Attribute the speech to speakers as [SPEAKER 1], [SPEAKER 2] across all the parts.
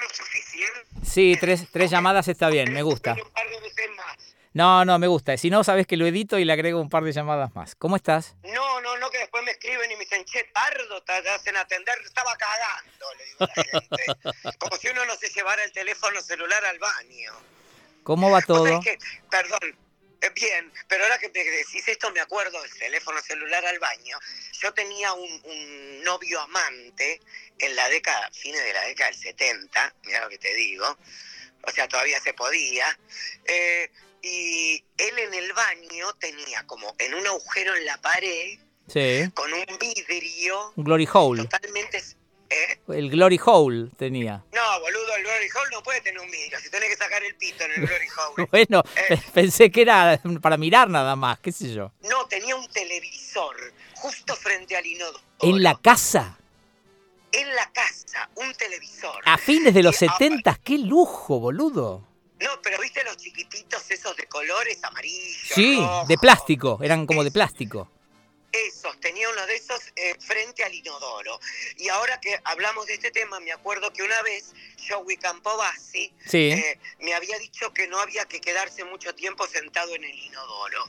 [SPEAKER 1] lo suficiente.
[SPEAKER 2] Sí, tres, tres llamadas está bien, me gusta.
[SPEAKER 1] Un par de veces más.
[SPEAKER 2] No, no, me gusta. Si no, sabes que lo edito y le agrego un par de llamadas más. ¿Cómo estás?
[SPEAKER 1] No, no, no, que después me escriben y me dicen, che, tardo, te hacen atender, estaba cagando, le digo a la gente. Como si uno no se llevara el teléfono celular al baño.
[SPEAKER 2] ¿Cómo va
[SPEAKER 1] Vos
[SPEAKER 2] todo?
[SPEAKER 1] sabés que- perdón, eh, bien, pero ahora que te decís esto me acuerdo del teléfono celular al baño. Yo tenía un, un novio amante en la década, fines de la década del 70, mira lo que te digo, o sea, todavía se podía. eh, y él en el baño tenía como en un agujero en la pared,
[SPEAKER 2] Sí.
[SPEAKER 1] con un vidrio
[SPEAKER 2] Un glory hole.
[SPEAKER 1] totalmente... ¿eh?
[SPEAKER 2] El glory hole tenía.
[SPEAKER 1] No, boludo, el glory hole no puede tener un vidrio, si tenés que sacar el pito en el glory hole.
[SPEAKER 2] Bueno,
[SPEAKER 1] Eh.
[SPEAKER 2] pensé que era para mirar nada más, qué sé yo.
[SPEAKER 1] No, tenía un televisor justo frente al inodoro.
[SPEAKER 2] En la casa,
[SPEAKER 1] En la casa, un televisor.
[SPEAKER 2] a fines de los
[SPEAKER 1] Y apa-
[SPEAKER 2] 70, qué lujo, boludo.
[SPEAKER 1] No, pero viste los chiquititos esos de colores amarillos.
[SPEAKER 2] Sí,
[SPEAKER 1] rojos?
[SPEAKER 2] de plástico, eran como de plástico.
[SPEAKER 1] Esos, tenía uno de esos eh, frente al inodoro. Y ahora que hablamos de este tema, me acuerdo que una vez Joey Campobasi
[SPEAKER 2] Sí.
[SPEAKER 1] eh, me había dicho que no había que quedarse mucho tiempo sentado en el inodoro,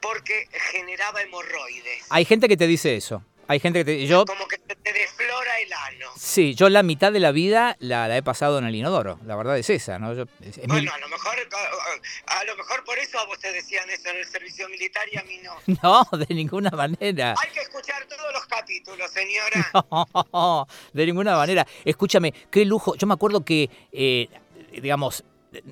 [SPEAKER 1] porque generaba hemorroides.
[SPEAKER 2] Hay gente que te dice eso. Hay gente que te Ah, yo
[SPEAKER 1] Como que se te desflora el ano.
[SPEAKER 2] sí, yo la mitad de la vida la, la he pasado en el inodoro. La verdad es esa, ¿no? Yo- es- es mi-
[SPEAKER 1] Bueno, a lo mejor a, a lo mejor por eso a vos te decían eso en el servicio militar y a mí no.
[SPEAKER 2] No, de ninguna manera.
[SPEAKER 1] Hay que escuchar todos los capítulos, señora.
[SPEAKER 2] No, de ninguna manera. Escúchame, qué lujo. Yo me acuerdo que, eh, digamos,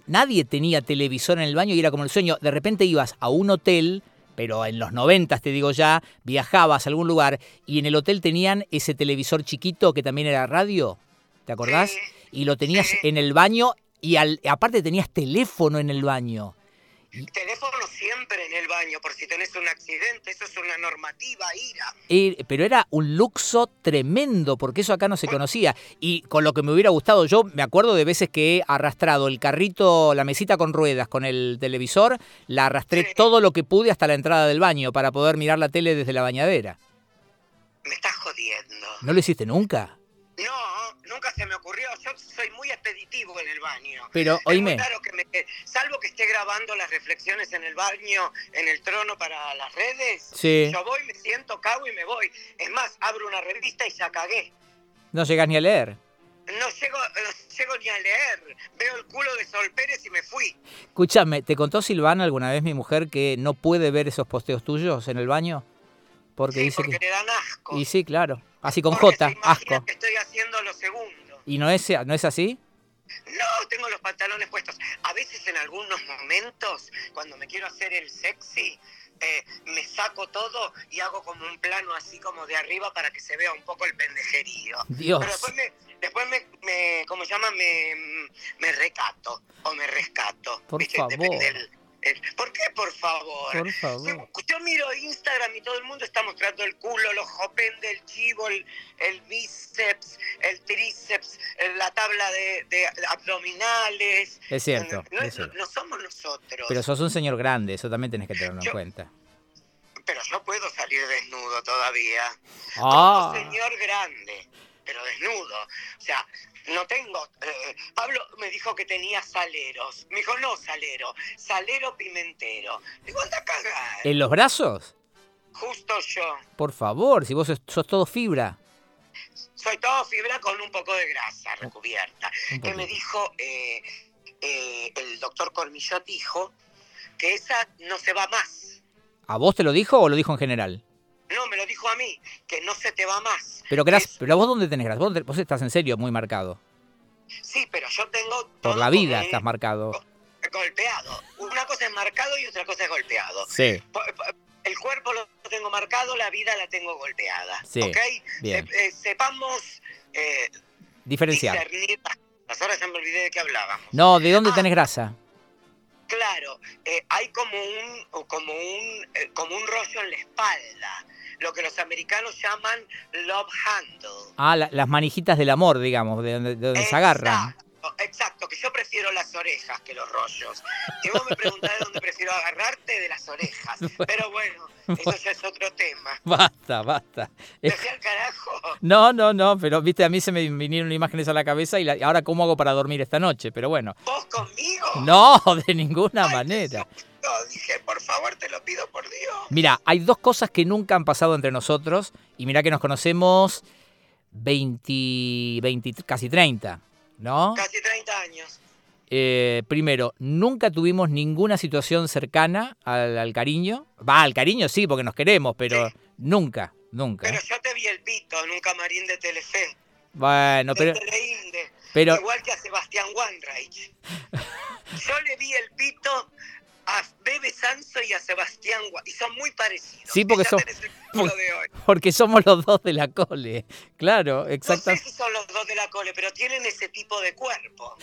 [SPEAKER 2] nadie tenía televisor en el baño y era como el sueño. De repente ibas a un hotel, pero en los noventas, te digo ya, viajabas a algún lugar y en el hotel tenían ese televisor chiquito que también era radio. ¿Te acordás?
[SPEAKER 1] Sí,
[SPEAKER 2] y lo tenías
[SPEAKER 1] sí.
[SPEAKER 2] en el baño y al- aparte tenías teléfono en el baño.
[SPEAKER 1] Teléfono siempre en el baño por si tenés un accidente, eso es una normativa, ira.
[SPEAKER 2] Eh, pero era un luxo tremendo, porque eso acá no se conocía. Y con lo que me hubiera gustado, yo me acuerdo de veces que he arrastrado el carrito, la mesita con ruedas, con el televisor, la arrastré
[SPEAKER 1] Sí.
[SPEAKER 2] todo lo que pude hasta la entrada del baño para poder mirar la tele desde la bañadera.
[SPEAKER 1] Me estás jodiendo.
[SPEAKER 2] ¿No lo hiciste nunca?
[SPEAKER 1] No, nunca se me ocurrió. Yo soy muy expeditivo en el baño.
[SPEAKER 2] Pero,
[SPEAKER 1] Es muy
[SPEAKER 2] oíme,
[SPEAKER 1] raro que me- salvo que esté grabando las reflexiones en el baño, en el trono para las redes.
[SPEAKER 2] Sí.
[SPEAKER 1] Yo voy, me siento, cago y me voy. Es más, abro una revista y ya cagué.
[SPEAKER 2] no llegás ni a leer.
[SPEAKER 1] No llego, no llego ni a leer. Veo el culo de Sol Pérez y me fui.
[SPEAKER 2] Escúchame, ¿te contó Silvana alguna vez mi mujer que no puede ver esos posteos tuyos en el baño? Porque
[SPEAKER 1] Sí,
[SPEAKER 2] dice
[SPEAKER 1] porque
[SPEAKER 2] que...
[SPEAKER 1] le dan asco.
[SPEAKER 2] Y sí, claro. Así con
[SPEAKER 1] Porque
[SPEAKER 2] J,
[SPEAKER 1] se imagina
[SPEAKER 2] asco.
[SPEAKER 1] que estoy haciendo lo segundo.
[SPEAKER 2] ¿Y no es, no es así?
[SPEAKER 1] No, tengo los pantalones puestos. A veces en algunos momentos, cuando me quiero hacer el sexy, eh, me saco todo y hago como un plano así como de arriba para que se vea un poco el pendejerío.
[SPEAKER 2] Dios.
[SPEAKER 1] Pero después me, después me, me ¿cómo se llama? Me, me recato o me rescato.
[SPEAKER 2] Por
[SPEAKER 1] ¿Viste?
[SPEAKER 2] favor.
[SPEAKER 1] Depende del- el- ¿Por qué por favor?
[SPEAKER 2] Por favor.
[SPEAKER 1] Yo, yo miro Instagram y todo el mundo está mostrando el culo, los jopén del chivo, el, el bíceps, el tríceps, el- la tabla de, de abdominales.
[SPEAKER 2] Es cierto,
[SPEAKER 1] No,
[SPEAKER 2] es
[SPEAKER 1] no-
[SPEAKER 2] cierto.
[SPEAKER 1] no somos nosotros.
[SPEAKER 2] Pero sos un señor grande, eso también tenés que tenerlo en
[SPEAKER 1] Yo-
[SPEAKER 2] cuenta.
[SPEAKER 1] Pero yo puedo salir desnudo todavía.
[SPEAKER 2] Ah,
[SPEAKER 1] Como señor grande, pero desnudo. O sea, no tengo... eh, Pablo me dijo que tenía saleros. Me dijo, no salero, salero pimentero. Digo, anda a cagar.
[SPEAKER 2] ¿En los brazos?
[SPEAKER 1] Justo yo.
[SPEAKER 2] Por favor, si vos sos, sos todo fibra.
[SPEAKER 1] Soy todo fibra con un poco de grasa recubierta.
[SPEAKER 2] Un
[SPEAKER 1] Que me
[SPEAKER 2] poquito.
[SPEAKER 1] dijo eh, eh, el doctor Cormillot dijo que esa no se va más.
[SPEAKER 2] ¿A vos te lo dijo o lo dijo en general?
[SPEAKER 1] No, me lo dijo a mí, que no se te va más.
[SPEAKER 2] Pero, gras-
[SPEAKER 1] Es-
[SPEAKER 2] pero vos dónde tenés grasa? Vos, te- vos estás en serio muy marcado.
[SPEAKER 1] sí, pero yo tengo...
[SPEAKER 2] Por
[SPEAKER 1] todo
[SPEAKER 2] la vida
[SPEAKER 1] como
[SPEAKER 2] estás
[SPEAKER 1] un-
[SPEAKER 2] marcado.
[SPEAKER 1] golpeado. Una cosa es marcado y otra cosa es golpeado.
[SPEAKER 2] Sí.
[SPEAKER 1] Po- po- El cuerpo lo tengo marcado, la vida la tengo golpeada.
[SPEAKER 2] Sí,
[SPEAKER 1] ¿Ok?
[SPEAKER 2] bien.
[SPEAKER 1] Eh, eh, sepamos eh,
[SPEAKER 2] Diferenciar.
[SPEAKER 1] discernir las cosas. Ahora ya me olvidé de qué hablábamos.
[SPEAKER 2] No, ¿de dónde
[SPEAKER 1] Ah.
[SPEAKER 2] tenés grasa?
[SPEAKER 1] Claro, eh, hay como un, o como un, eh, como un rollo en la espalda, lo que los americanos llaman love handle.
[SPEAKER 2] Ah, la- las manijitas del amor, digamos, de donde, de donde se agarran.
[SPEAKER 1] Exacto, Exacto, exacto, que yo prefiero las orejas que los rollos. Que vos me preguntás de dónde prefiero agarrarte de las orejas. Pero bueno, eso ya es otro tema.
[SPEAKER 2] Basta, basta.
[SPEAKER 1] ¿Te fui al carajo?
[SPEAKER 2] No, no, no, pero viste, a mí se me vinieron imágenes a la cabeza y la- ahora cómo hago para dormir esta noche, pero bueno.
[SPEAKER 1] ¿Vos conmigo?
[SPEAKER 2] No, de ninguna
[SPEAKER 1] Ay,
[SPEAKER 2] manera.
[SPEAKER 1] Dios, No, dije, por favor, te lo pido por Dios.
[SPEAKER 2] Mira, hay dos cosas que nunca han pasado entre nosotros y mira que nos conocemos 20, 20 casi 30, ¿no?
[SPEAKER 1] Casi 30 años.
[SPEAKER 2] Eh, primero, nunca tuvimos ninguna situación cercana al, al cariño. Va, al cariño sí, porque nos queremos, pero
[SPEAKER 1] Sí.
[SPEAKER 2] nunca, nunca. ¿eh?
[SPEAKER 1] Pero yo te vi el pito en un camarín de Telefe.
[SPEAKER 2] bueno,
[SPEAKER 1] de
[SPEAKER 2] pero,
[SPEAKER 1] Teleinde.
[SPEAKER 2] pero
[SPEAKER 1] Igual que a Sebastián Wanreich. Yo le vi el pito a Bebe Sanso y a Sebastián Wa- Y son muy parecidos.
[SPEAKER 2] Sí, porque
[SPEAKER 1] Ya
[SPEAKER 2] son-
[SPEAKER 1] tenés el culo de hoy.
[SPEAKER 2] porque somos los dos de la cole. Claro,
[SPEAKER 1] No sé
[SPEAKER 2] exactamente.
[SPEAKER 1] si son los dos de la cole, pero tienen ese tipo de cuerpo.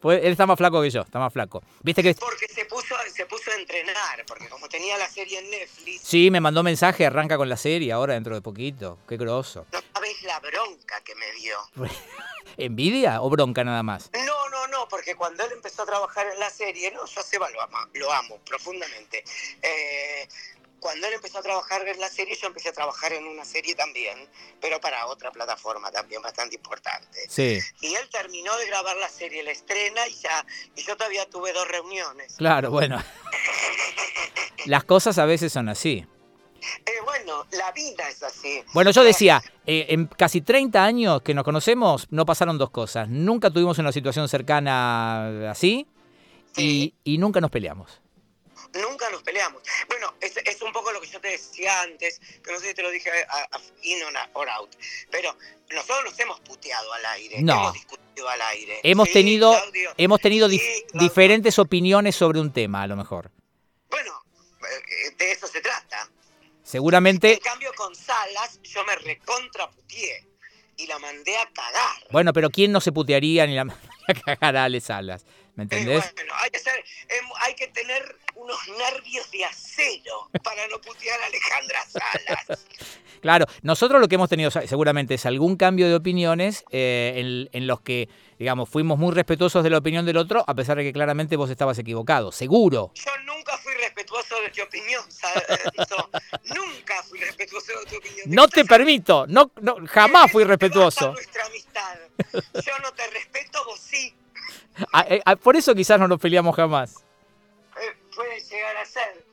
[SPEAKER 2] Pues él está más flaco que yo, está más flaco. Viste que
[SPEAKER 1] Porque se puso, se puso a entrenar, porque como tenía la serie en Netflix,
[SPEAKER 2] sí, me mandó mensaje, arranca con la serie ahora dentro de poquito. Qué grosso.
[SPEAKER 1] no sabés la bronca que me dio.
[SPEAKER 2] ¿Envidia o bronca nada más?
[SPEAKER 1] No, no, no, porque cuando él empezó a trabajar en la serie, no, yo a Seba lo, ama- lo amo profundamente. Eh, cuando él empezó a trabajar en la serie, yo empecé a trabajar en una serie también, pero para otra plataforma también bastante importante.
[SPEAKER 2] Sí,
[SPEAKER 1] Y él terminó de grabar la serie, la estrena y ya, y yo todavía tuve dos reuniones.
[SPEAKER 2] claro, bueno. Las cosas a veces son así.
[SPEAKER 1] Eh, bueno, la vida es así.
[SPEAKER 2] Bueno, yo decía, eh, en casi 30 años que nos conocemos, no pasaron dos cosas. Nunca tuvimos una situación cercana así y,
[SPEAKER 1] Sí.
[SPEAKER 2] y nunca nos peleamos.
[SPEAKER 1] Nunca nos peleamos. Bueno, es, es un poco lo que yo te decía antes, que no sé si te lo dije a- a- in on a- or out, pero nosotros nos hemos puteado al aire,
[SPEAKER 2] No.
[SPEAKER 1] hemos discutido al aire.
[SPEAKER 2] Hemos
[SPEAKER 1] Sí,
[SPEAKER 2] tenido,
[SPEAKER 1] Claudio.
[SPEAKER 2] hemos tenido dif-
[SPEAKER 1] Sí, Claudio.
[SPEAKER 2] diferentes opiniones sobre un tema, a lo mejor.
[SPEAKER 1] Bueno, eh, de eso se trata. En
[SPEAKER 2] Seguramente,
[SPEAKER 1] cambio, con Salas yo me recontraputeé y la mandé a cagar.
[SPEAKER 2] bueno, pero ¿quién no se putearía ni la a cagar a Ale Salas? ¿Me
[SPEAKER 1] Eh,
[SPEAKER 2] entendés?
[SPEAKER 1] bueno, hay que, ser- em, hay que tener unos nervios de acero para no putear a Alejandra Salas.
[SPEAKER 2] Claro, nosotros lo que hemos tenido sa- seguramente es algún cambio de opiniones eh, en, en los que, digamos, fuimos muy respetuosos de la opinión del otro, a pesar de que claramente vos estabas equivocado, seguro.
[SPEAKER 1] Yo nunca fui respetuoso de tu opinión, Sarso. nunca fui respetuoso de tu opinión.
[SPEAKER 2] No te
[SPEAKER 1] Estás-
[SPEAKER 2] permito, no, no, jamás fui
[SPEAKER 1] Te mata
[SPEAKER 2] respetuoso.
[SPEAKER 1] nuestra amistad. Yo no te respeto, vos sí.
[SPEAKER 2] Ah, eh, ah, Por eso quizás no nos peleamos jamás.
[SPEAKER 1] Eh, puede llegar a ser.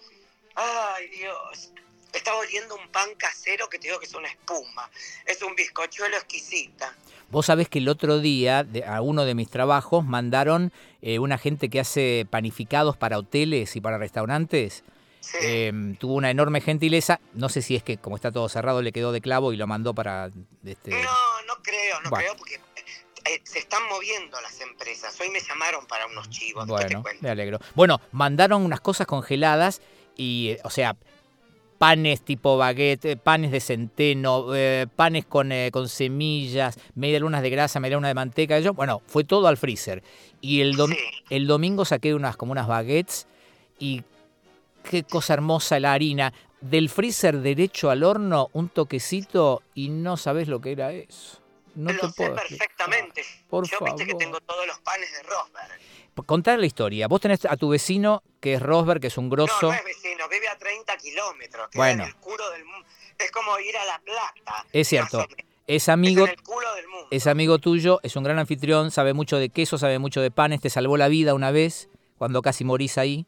[SPEAKER 1] Ay, Dios. Estaba oliendo un pan casero que te digo que es una espuma. Es un bizcochuelo exquisita.
[SPEAKER 2] Vos sabés que el otro día de- a uno de mis trabajos mandaron eh, una gente que hace panificados para hoteles y para restaurantes.
[SPEAKER 1] Sí.
[SPEAKER 2] eh, tuvo una enorme gentileza. No sé si es que como está todo cerrado le quedó de clavo y lo mandó para... Este...
[SPEAKER 1] No, no creo, no
[SPEAKER 2] Bueno.
[SPEAKER 1] creo porque eh, se están moviendo las empresas. Hoy me llamaron para unos chivos. después te
[SPEAKER 2] Bueno,
[SPEAKER 1] cuento.
[SPEAKER 2] me alegro. Bueno, mandaron unas cosas congeladas y, eh, o sea, panes tipo baguette, eh, panes de centeno, eh, panes con, eh, con semillas, media lunas de grasa, media luna de manteca. Yo, bueno, fue todo al freezer. Y el, dom-
[SPEAKER 1] Sí.
[SPEAKER 2] el domingo saqué unas como unas baguettes y qué cosa hermosa la harina. Del freezer derecho al horno, un toquecito y no sabés lo que era eso. No
[SPEAKER 1] lo
[SPEAKER 2] te
[SPEAKER 1] sé
[SPEAKER 2] puedo explicar.
[SPEAKER 1] perfectamente.
[SPEAKER 2] Por
[SPEAKER 1] Yo viste que
[SPEAKER 2] favor.
[SPEAKER 1] tengo todos los panes de Rosberg.
[SPEAKER 2] Contar la historia. Vos tenés a tu vecino, que es Rosberg, que es un
[SPEAKER 1] No,
[SPEAKER 2] grosso.
[SPEAKER 1] no es vecino, vive a 30 kilómetros. queda
[SPEAKER 2] Bueno.
[SPEAKER 1] En el culo del mundo. Es como ir a La Plata.
[SPEAKER 2] Es cierto.
[SPEAKER 1] más o menos.
[SPEAKER 2] Es amigo,
[SPEAKER 1] Es en el culo del mundo.
[SPEAKER 2] es amigo tuyo, es un gran anfitrión, sabe mucho de queso, sabe mucho de panes, te salvó la vida una vez, cuando casi morís ahí.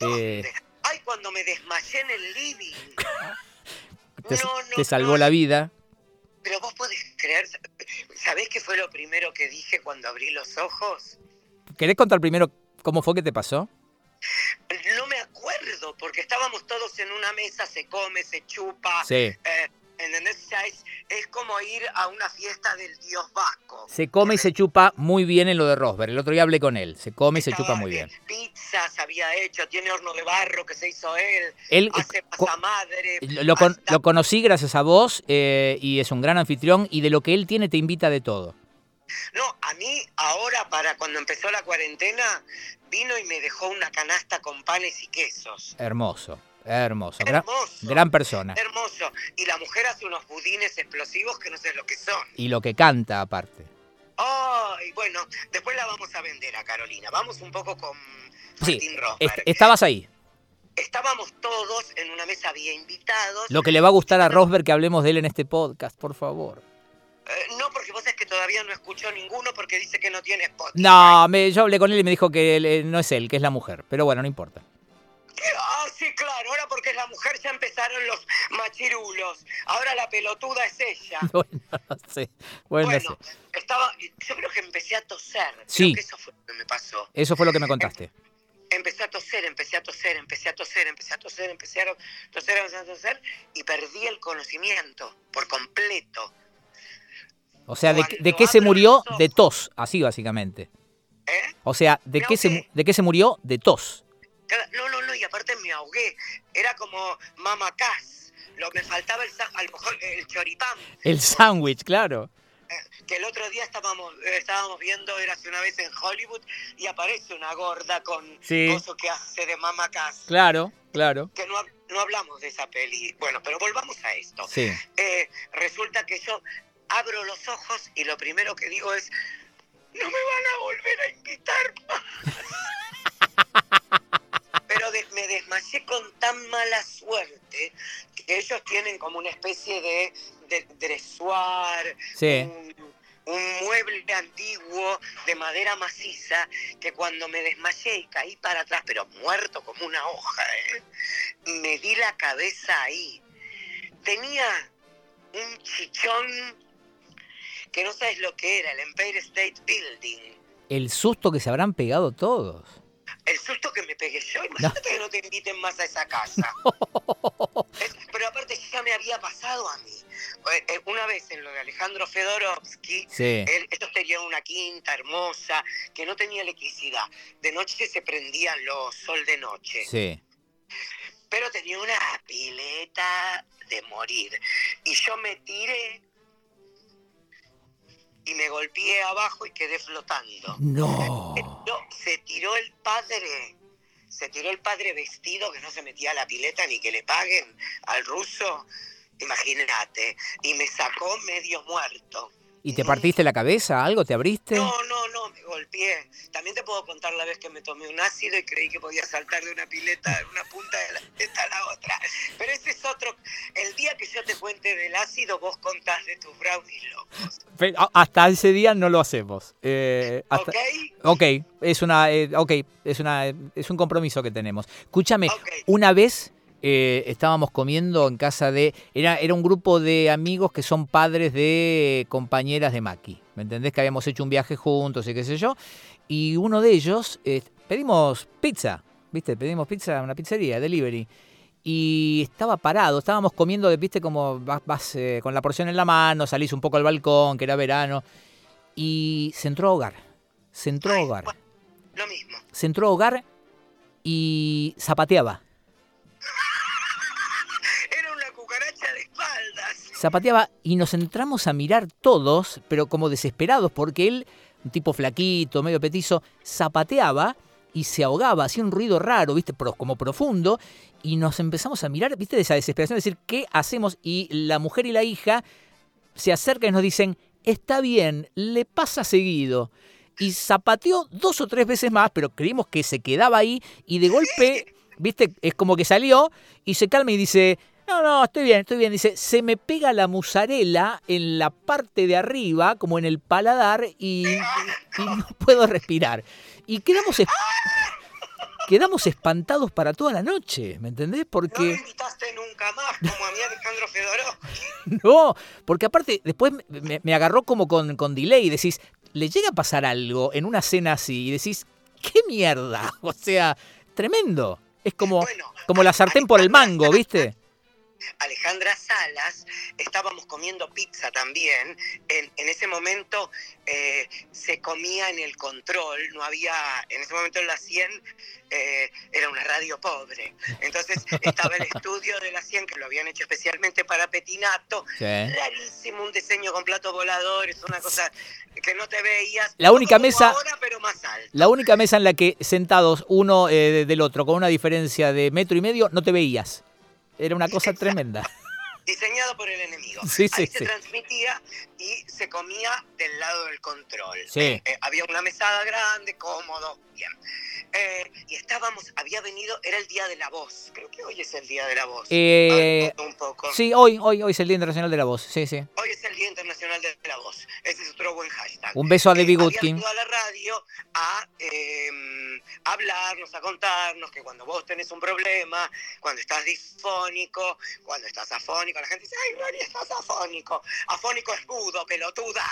[SPEAKER 1] ¿Dónde?
[SPEAKER 2] Eh,
[SPEAKER 1] Ay, cuando me desmayé en el living.
[SPEAKER 2] te,
[SPEAKER 1] No, no,
[SPEAKER 2] te salvó
[SPEAKER 1] no.
[SPEAKER 2] la vida.
[SPEAKER 1] Pero vos podés creer. ¿Sabés qué fue lo primero que dije cuando abrí los ojos?
[SPEAKER 2] ¿Querés contar primero cómo fue que te pasó?
[SPEAKER 1] No me acuerdo, porque estábamos todos en una mesa, se come, se chupa.
[SPEAKER 2] Sí.
[SPEAKER 1] eh, ¿Entendés? O sea, es, es como ir a una fiesta del dios Baco.
[SPEAKER 2] Se come y se chupa muy bien en lo de Rosberg. El otro día hablé con él. Se come y se chupa
[SPEAKER 1] Estaba
[SPEAKER 2] muy
[SPEAKER 1] de
[SPEAKER 2] bien.
[SPEAKER 1] Pizzas había hecho, tiene horno de barro que se hizo él,
[SPEAKER 2] Él,
[SPEAKER 1] hace
[SPEAKER 2] co-
[SPEAKER 1] pasamadre.
[SPEAKER 2] eh, Lo, lo con-
[SPEAKER 1] hasta-
[SPEAKER 2] lo conocí gracias a vos eh, y es un gran anfitrión y de lo que él tiene te invita de todo.
[SPEAKER 1] No, a mí ahora para cuando empezó la cuarentena vino y me dejó una canasta con panes y quesos.
[SPEAKER 2] Hermoso, hermoso. Gra-
[SPEAKER 1] Hermoso.
[SPEAKER 2] gran persona.
[SPEAKER 1] Hermoso. Y la mujer hace unos budines explosivos que no sé lo que son.
[SPEAKER 2] Y lo que canta aparte.
[SPEAKER 1] Ay, bueno, después la vamos a vender a Carolina. Vamos un poco con
[SPEAKER 2] Sí, este,
[SPEAKER 1] Martín
[SPEAKER 2] est-
[SPEAKER 1] Rosberg.
[SPEAKER 2] estabas ahí.
[SPEAKER 1] Estábamos todos en una mesa, había invitados.
[SPEAKER 2] Lo que le va a gustar a Rosberg que hablemos de él en este podcast, por favor.
[SPEAKER 1] Eh, no, porque vos es que todavía no escuchó ninguno porque dice que no tiene Spotify.
[SPEAKER 2] No, me- yo hablé con él y me dijo que él, eh, no es él, que es la mujer. Pero bueno, no importa.
[SPEAKER 1] Ah, sí, claro, ahora porque la mujer ya empezaron los machirulos. Ahora la pelotuda es ella.
[SPEAKER 2] Bueno, no sé. Bueno, no
[SPEAKER 1] Bueno,
[SPEAKER 2] sé.
[SPEAKER 1] estaba. Yo creo que empecé a toser. Creo
[SPEAKER 2] Sí.
[SPEAKER 1] que eso fue lo que me pasó.
[SPEAKER 2] Eso fue lo que me contaste.
[SPEAKER 1] Empecé a toser, empecé a toser, empecé a toser, empecé a toser, empecé a toser, empecé a toser y perdí el conocimiento por completo.
[SPEAKER 2] O sea, ¿de, qué- de
[SPEAKER 1] Cuando
[SPEAKER 2] qué se
[SPEAKER 1] abro
[SPEAKER 2] murió?
[SPEAKER 1] los ojos.
[SPEAKER 2] De tos, así básicamente.
[SPEAKER 1] ¿Eh?
[SPEAKER 2] O sea, ¿de
[SPEAKER 1] Me
[SPEAKER 2] qué, se,
[SPEAKER 1] ahogué.
[SPEAKER 2] mu- ¿de qué se murió? De tos.
[SPEAKER 1] Cada- No, no, no, y aparte me ahogué. Era como mamacás. Lo me faltaba el, sa- a lo mejor el choripán.
[SPEAKER 2] El sándwich, claro.
[SPEAKER 1] que el otro día estábamos eh, estábamos viendo era una vez en Hollywood y aparece una gorda con
[SPEAKER 2] Sí.
[SPEAKER 1] coso que hace de mamá Cass,
[SPEAKER 2] Claro, claro.
[SPEAKER 1] que no, hab- no hablamos de esa peli bueno pero volvamos a esto
[SPEAKER 2] Sí.
[SPEAKER 1] Eh, resulta que yo abro los ojos y lo primero que digo es no me van a volver a invitar más". pero de- me desmayé con tan mala suerte que ellos tienen como una especie de, de dresuar
[SPEAKER 2] Sí.
[SPEAKER 1] un, un mueble antiguo de madera maciza que cuando me desmayé y caí para atrás, pero muerto como una hoja, ¿eh? me di la cabeza ahí. Tenía un chichón que no sabes lo que era, el Empire State Building.
[SPEAKER 2] El susto que se habrán pegado todos.
[SPEAKER 1] El susto que me pegué yo, imagínate que no te inviten más a esa casa. Es- Pero aparte ya me había pasado a mí. Eh, eh, Una vez en lo de Alejandro Fedorovsky,
[SPEAKER 2] Sí.
[SPEAKER 1] él- ellos tenían una quinta hermosa que no tenía electricidad. De noche se prendían los sol de noche.
[SPEAKER 2] Sí.
[SPEAKER 1] Pero tenía una pileta de morir. Y yo me tiré y me golpeé abajo y quedé flotando.
[SPEAKER 2] No.
[SPEAKER 1] No, se tiró el padre. Se tiró el padre vestido que no se metía a la pileta ni que le paguen al ruso. Imagínate. Y me sacó medio muerto.
[SPEAKER 2] ¿Y te partiste la cabeza? ¿Algo? ¿Te abriste?
[SPEAKER 1] No, no, no, me golpeé. También te puedo contar la vez que me tomé un ácido y creí que podía saltar de una pileta, de una punta de la pileta a la otra. Pero ese es otro. El día que yo te cuente del ácido, vos contás de tus brownies locos.
[SPEAKER 2] Fe- a- Hasta ese día no lo hacemos. Eh, hasta-
[SPEAKER 1] ¿Ok?
[SPEAKER 2] Ok, es una, eh, ok, es una, eh, es un compromiso que tenemos. Escúchame,
[SPEAKER 1] Ok.
[SPEAKER 2] una vez eh, estábamos comiendo en casa de, era, era un grupo de amigos que son padres de compañeras de Maki, ¿me entendés? Que habíamos hecho un viaje juntos y qué sé yo, y uno de ellos eh, pedimos pizza, viste, pedimos pizza a una pizzería, delivery. Y estaba parado, estábamos comiendo, de- viste, como vas, vas, eh, con la porción en la mano, salís un poco al balcón, que era verano, y se entró a ahogar. Se entró a
[SPEAKER 1] Ay,
[SPEAKER 2] ahogar
[SPEAKER 1] bueno, Lo mismo.
[SPEAKER 2] se entró a ahogar y zapateaba.
[SPEAKER 1] Era una cucaracha de espaldas.
[SPEAKER 2] Zapateaba y nos entramos a mirar todos, pero como desesperados, porque él, un tipo flaquito, medio petizo, zapateaba y se ahogaba, hacía un ruido raro, ¿viste? Pro- como profundo, y nos empezamos a mirar, ¿viste? De esa desesperación, es decir, ¿qué hacemos? Y la mujer y la hija se acercan y nos dicen, está bien, le pasa seguido. Y zapateó dos o tres veces más, pero creímos que se quedaba ahí y de golpe, viste, es como que salió y se calma y dice, no, no, estoy bien, estoy bien. Dice, se me pega la musarela en la parte de arriba, como en el paladar, y, y no puedo respirar. Y quedamos, es- quedamos espantados para toda la noche, ¿me entendés?
[SPEAKER 1] No lo
[SPEAKER 2] Porque...
[SPEAKER 1] invitaste nunca más, como a mí Alejandro Fedorov.
[SPEAKER 2] No, porque aparte después me- me, me agarró como con, con delay y decís, le llega a pasar algo en una cena así y decís, ¿qué mierda? O sea, tremendo. Es como,
[SPEAKER 1] Bueno,
[SPEAKER 2] como la sartén por el mango, ¿viste?
[SPEAKER 1] Alejandra Salas, estábamos comiendo pizza también. En, en ese momento eh, se comía en el control, no había, en ese momento en la 100 eh, era una radio pobre. Entonces estaba el estudio de la 100 que lo habían hecho especialmente para Petinato. Clarísimo, un diseño con platos voladores, una cosa que no te veías.
[SPEAKER 2] La única
[SPEAKER 1] Como
[SPEAKER 2] mesa-
[SPEAKER 1] Ahora, pero más alto.
[SPEAKER 2] La única mesa en la que sentados uno eh, de- del otro, con una diferencia de metro y medio, no te veías. Era una cosa tremenda.
[SPEAKER 1] diseñado por el enemigo.
[SPEAKER 2] Sí, sí,
[SPEAKER 1] Ahí se
[SPEAKER 2] sí.
[SPEAKER 1] transmitía y se comía del lado del control.
[SPEAKER 2] Sí.
[SPEAKER 1] Eh, eh, había una mesada grande, cómodo, bien. Eh, y estábamos, había venido, era el día de la voz. Creo que hoy es el día de la voz.
[SPEAKER 2] Eh,
[SPEAKER 1] Ah, un poco.
[SPEAKER 2] Sí, hoy, hoy, hoy es el Día Internacional de la Voz. Sí, sí.
[SPEAKER 1] Hoy es el Día Internacional de la Voz. Ese es otro buen hashtag.
[SPEAKER 2] Un beso a Debbie
[SPEAKER 1] Eh, había
[SPEAKER 2] Goodkin.
[SPEAKER 1] venido a la radio a eh, hablarnos, a contarnos que cuando vos tenés un problema, cuando estás disfónico, cuando estás afónico, la gente dice, ay, Ronnie, estás afónico. Afónico es mudo, pelotuda.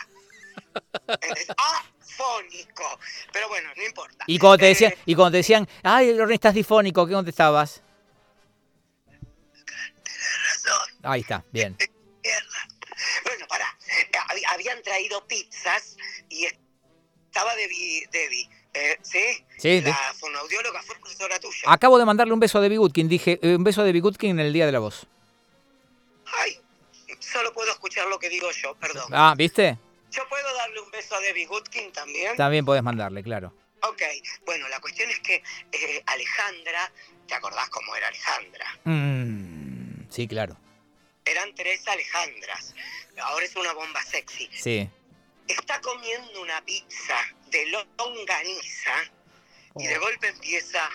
[SPEAKER 1] Es afónico. Pero bueno, no importa.
[SPEAKER 2] Y cuando te
[SPEAKER 1] Eh,
[SPEAKER 2] decían, y cuando te decían, ay, Lorena, estás difónico, ¿qué contestabas?
[SPEAKER 1] razón.
[SPEAKER 2] Ahí está, bien.
[SPEAKER 1] Mierda. Bueno, pará. Eh, hab- Habían traído pizzas y estaba Debbie. Debbie eh, ¿Sí?
[SPEAKER 2] Sí, Ah.
[SPEAKER 1] La fonoaudióloga fue profesora tuya.
[SPEAKER 2] Acabo de mandarle un beso a Debbie Goodkin. Dije, eh, un beso a Debbie Goodkin en el Día de la Voz.
[SPEAKER 1] Ay, solo puedo escuchar lo que digo yo, perdón.
[SPEAKER 2] Ah, ¿viste?
[SPEAKER 1] Yo puedo darle un beso a Debbie Goodkin también.
[SPEAKER 2] También podés mandarle, claro.
[SPEAKER 1] Ok, bueno, la cuestión es que eh, Alejandra, ¿te acordás cómo era Alejandra?
[SPEAKER 2] Mm, sí, claro.
[SPEAKER 1] Eran tres Alejandras. Ahora es una bomba sexy.
[SPEAKER 2] Sí.
[SPEAKER 1] Está comiendo una pizza de longaniza. Y
[SPEAKER 2] Oh.
[SPEAKER 1] de golpe empieza.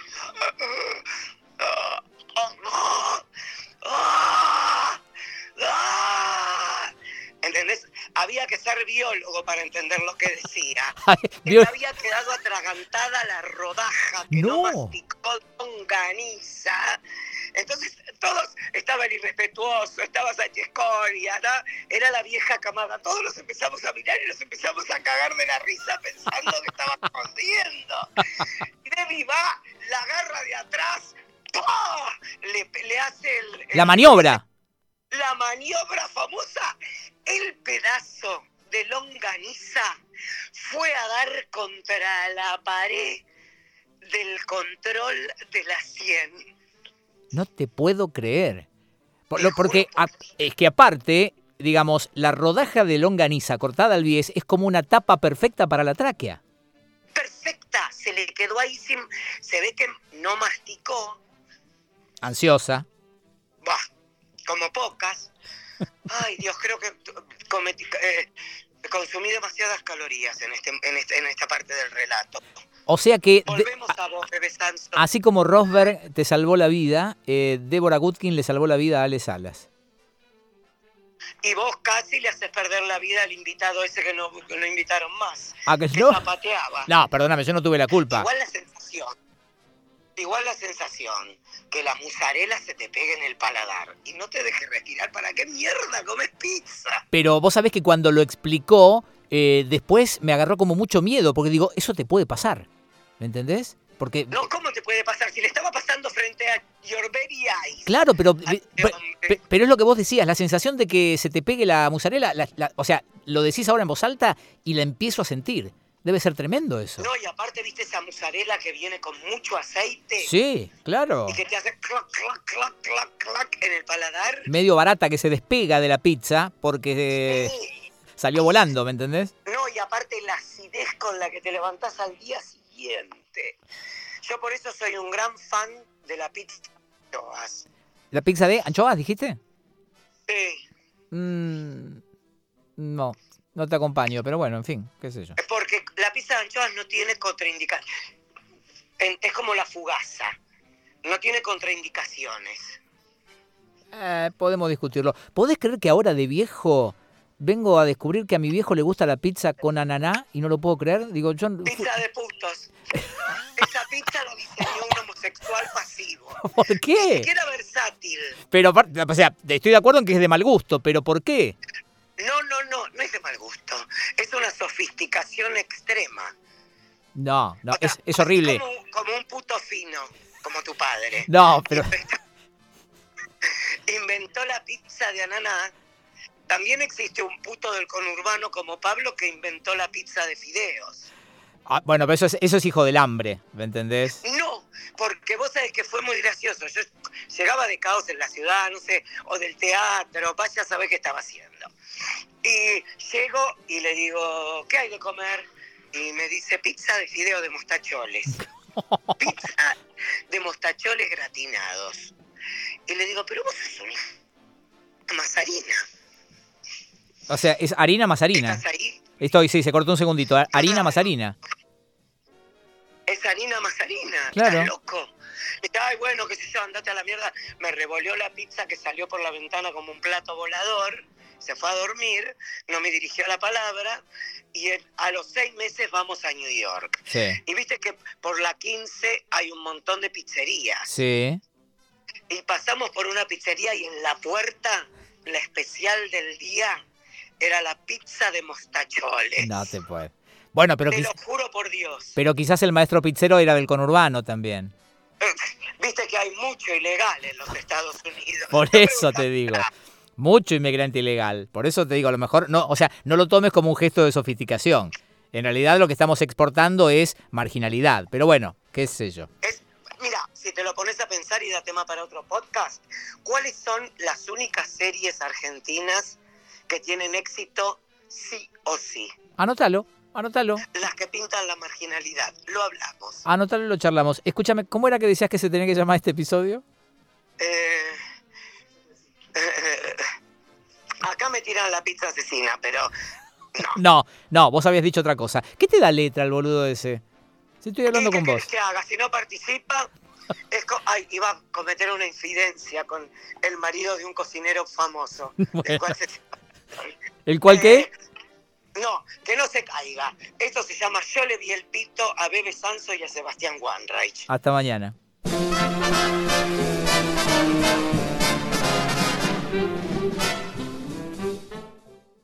[SPEAKER 1] ¿Entendés? Había que ser biólogo para entender lo que decía.
[SPEAKER 2] Ay,
[SPEAKER 1] Le
[SPEAKER 2] Dios.
[SPEAKER 1] había quedado atragantada la rodaja que no,
[SPEAKER 2] No.
[SPEAKER 1] masticó longaniza. Entonces, todos estaba el irrespetuoso, estaba Sánchez Coria, ¿no? era la vieja camada. Todos los empezamos a mirar y nos empezamos a cagar de la risa pensando que estaba escondiendo. Y Debbie va, la agarra de atrás, ¡pah! le, le hace el- el,
[SPEAKER 2] La maniobra.
[SPEAKER 1] la maniobra famosa, el pedazo de longaniza fue a dar contra la pared del control de la 100.
[SPEAKER 2] No te puedo creer. Por lo-
[SPEAKER 1] Te juro
[SPEAKER 2] porque
[SPEAKER 1] por
[SPEAKER 2] a- es que aparte, digamos, la rodaja de longaniza cortada al 10 es como una tapa perfecta para la tráquea.
[SPEAKER 1] Perfecta, se le quedó ahí sin... Se ve que no masticó,
[SPEAKER 2] Ansiosa.
[SPEAKER 1] bah, como pocas. Ay, Dios, creo que cometí- eh, consumí demasiadas calorías en, este, en, este- en esta parte del relato.
[SPEAKER 2] O sea que, de-
[SPEAKER 1] Volvemos a vos, Bebe Sanso.
[SPEAKER 2] así como Rosberg te salvó la vida, eh, Débora Goodkin le salvó la vida a Ale Salas.
[SPEAKER 1] Y vos casi le haces perder la vida al invitado ese que no, que no invitaron más.
[SPEAKER 2] ¿A Ah, que
[SPEAKER 1] Que
[SPEAKER 2] no?
[SPEAKER 1] zapateaba.
[SPEAKER 2] No, perdóname, yo no tuve la culpa.
[SPEAKER 1] Igual la sensación. Igual la sensación que la musarela se te pegue en el paladar y no te deje respirar. ¿Para qué mierda comes pizza?
[SPEAKER 2] Pero vos sabés que cuando lo explicó, eh, después me agarró como mucho miedo, porque digo, eso te puede pasar. ¿Me entendés? Porque,
[SPEAKER 1] No, ¿cómo te puede pasar? Si le estaba pasando frente a Your Very Eyes.
[SPEAKER 2] claro, pero,
[SPEAKER 1] Ay,
[SPEAKER 2] pe-
[SPEAKER 1] hombre.
[SPEAKER 2] pe- pero es lo que vos decías, la sensación de que se te pegue la musarela, la- la- o sea, lo decís ahora en voz alta y la empiezo a sentir. Debe ser tremendo eso.
[SPEAKER 1] No, y aparte, ¿viste esa musarela que viene con mucho aceite?
[SPEAKER 2] Sí, claro.
[SPEAKER 1] eh, Y que te hace clac, clac, clac, clac, clac en el paladar.
[SPEAKER 2] Medio barata que se despega de la pizza porque eh,
[SPEAKER 1] Sí.
[SPEAKER 2] salió volando, ¿me entendés?
[SPEAKER 1] No, y aparte la acidez con la que te levantás al día siguiente. Yo por eso soy un gran fan de la pizza de anchoas.
[SPEAKER 2] ¿La pizza de anchoas, dijiste?
[SPEAKER 1] Sí,
[SPEAKER 2] Mm, no, no te acompaño, pero bueno, en fin, qué sé yo.
[SPEAKER 1] porque la pizza de anchoas no tiene contraindicaciones. Es como la fugaza. No tiene contraindicaciones.
[SPEAKER 2] Eh, podemos discutirlo. ¿Podés creer que ahora de viejo vengo a descubrir que a mi viejo le gusta la pizza con ananá y no lo puedo creer? Digo, yo
[SPEAKER 1] Pizza de putos. Esa pizza la diseñó un homosexual pasivo.
[SPEAKER 2] ¿por
[SPEAKER 1] Ni
[SPEAKER 2] qué?
[SPEAKER 1] siquiera versátil.
[SPEAKER 2] Pero, aparte, o sea, estoy de acuerdo en que es de mal gusto, pero ¿por qué?
[SPEAKER 1] No, no, no, no es de mal gusto. Es una sofisticación extrema.
[SPEAKER 2] No, no,
[SPEAKER 1] O sea,
[SPEAKER 2] es, es
[SPEAKER 1] así
[SPEAKER 2] horrible.
[SPEAKER 1] Como, como un puto fino, como tu padre.
[SPEAKER 2] No, pero
[SPEAKER 1] Inventó la pizza de ananá. También existe un puto del conurbano como Pablo que inventó la pizza de fideos.
[SPEAKER 2] ah, bueno, pero eso es, eso es hijo del hambre, ¿me entendés?
[SPEAKER 1] No, porque vos sabés que fue muy gracioso. Yo llegaba de caos en la ciudad, no sé, o del teatro, vaya a saber qué estaba haciendo. Y llego y le digo, ¿qué hay de comer? Y me dice, pizza de fideo de mostacholes. pizza de mostacholes gratinados. Y le digo, pero vos sos un más harina.
[SPEAKER 2] O sea, es harina más harina.
[SPEAKER 1] ¿Estás ahí?
[SPEAKER 2] Estoy, sí, se cortó un segundito. Ha- Harina más
[SPEAKER 1] Claro.
[SPEAKER 2] harina.
[SPEAKER 1] Es harina más harina.
[SPEAKER 2] Claro.
[SPEAKER 1] Estás loco. Dice, Ay, bueno, qué sé yo, andate a la mierda. Me revolvió la pizza que salió por la ventana como un plato volador. Se fue a dormir, no me dirigió la palabra. Y en- a los seis meses vamos a New York.
[SPEAKER 2] Sí.
[SPEAKER 1] Y viste que por la 15 hay un montón de pizzerías.
[SPEAKER 2] Sí.
[SPEAKER 1] Y pasamos por una pizzería y en la puerta, la especial del día, era la pizza de mostacholes.
[SPEAKER 2] No te puedo. Bueno, pero,
[SPEAKER 1] Te
[SPEAKER 2] quiz-
[SPEAKER 1] lo juro por Dios.
[SPEAKER 2] pero quizás el maestro pizzero era del conurbano también.
[SPEAKER 1] Viste que hay mucho ilegal en los Estados Unidos.
[SPEAKER 2] Por eso te digo. Mucho inmigrante ilegal. Por eso te digo, a lo mejor no, o sea, no lo tomes como un gesto de sofisticación. En realidad lo que estamos exportando es marginalidad. Pero bueno, qué sé yo.
[SPEAKER 1] Es- mira, si te lo pones a pensar y da tema para otro podcast, ¿cuáles son las únicas series argentinas que tienen éxito sí o sí?
[SPEAKER 2] Anótalo, anótalo,
[SPEAKER 1] Las que pintan la marginalidad. Lo hablamos.
[SPEAKER 2] anótalo y lo charlamos. Escúchame, ¿cómo era que decías que se tenía que llamar este episodio?
[SPEAKER 1] Eh, eh, acá me tiran la pizza asesina, pero
[SPEAKER 2] No, no, vos habías dicho otra cosa. ¿Qué te da letra el boludo ese? Si estoy hablando
[SPEAKER 1] ¿Qué
[SPEAKER 2] con
[SPEAKER 1] querés
[SPEAKER 2] vos.
[SPEAKER 1] que haga? Si no participa, es co- ay, iba a cometer una infidencia con el marido de un cocinero famoso. del
[SPEAKER 2] Bueno.
[SPEAKER 1] cual se-
[SPEAKER 2] ¿El cual qué?
[SPEAKER 1] Eh, No, que no se caiga. Esto se llama Yo le vi el pito a Bebe Sanso y a Sebastián Wanreich.
[SPEAKER 2] Hasta mañana.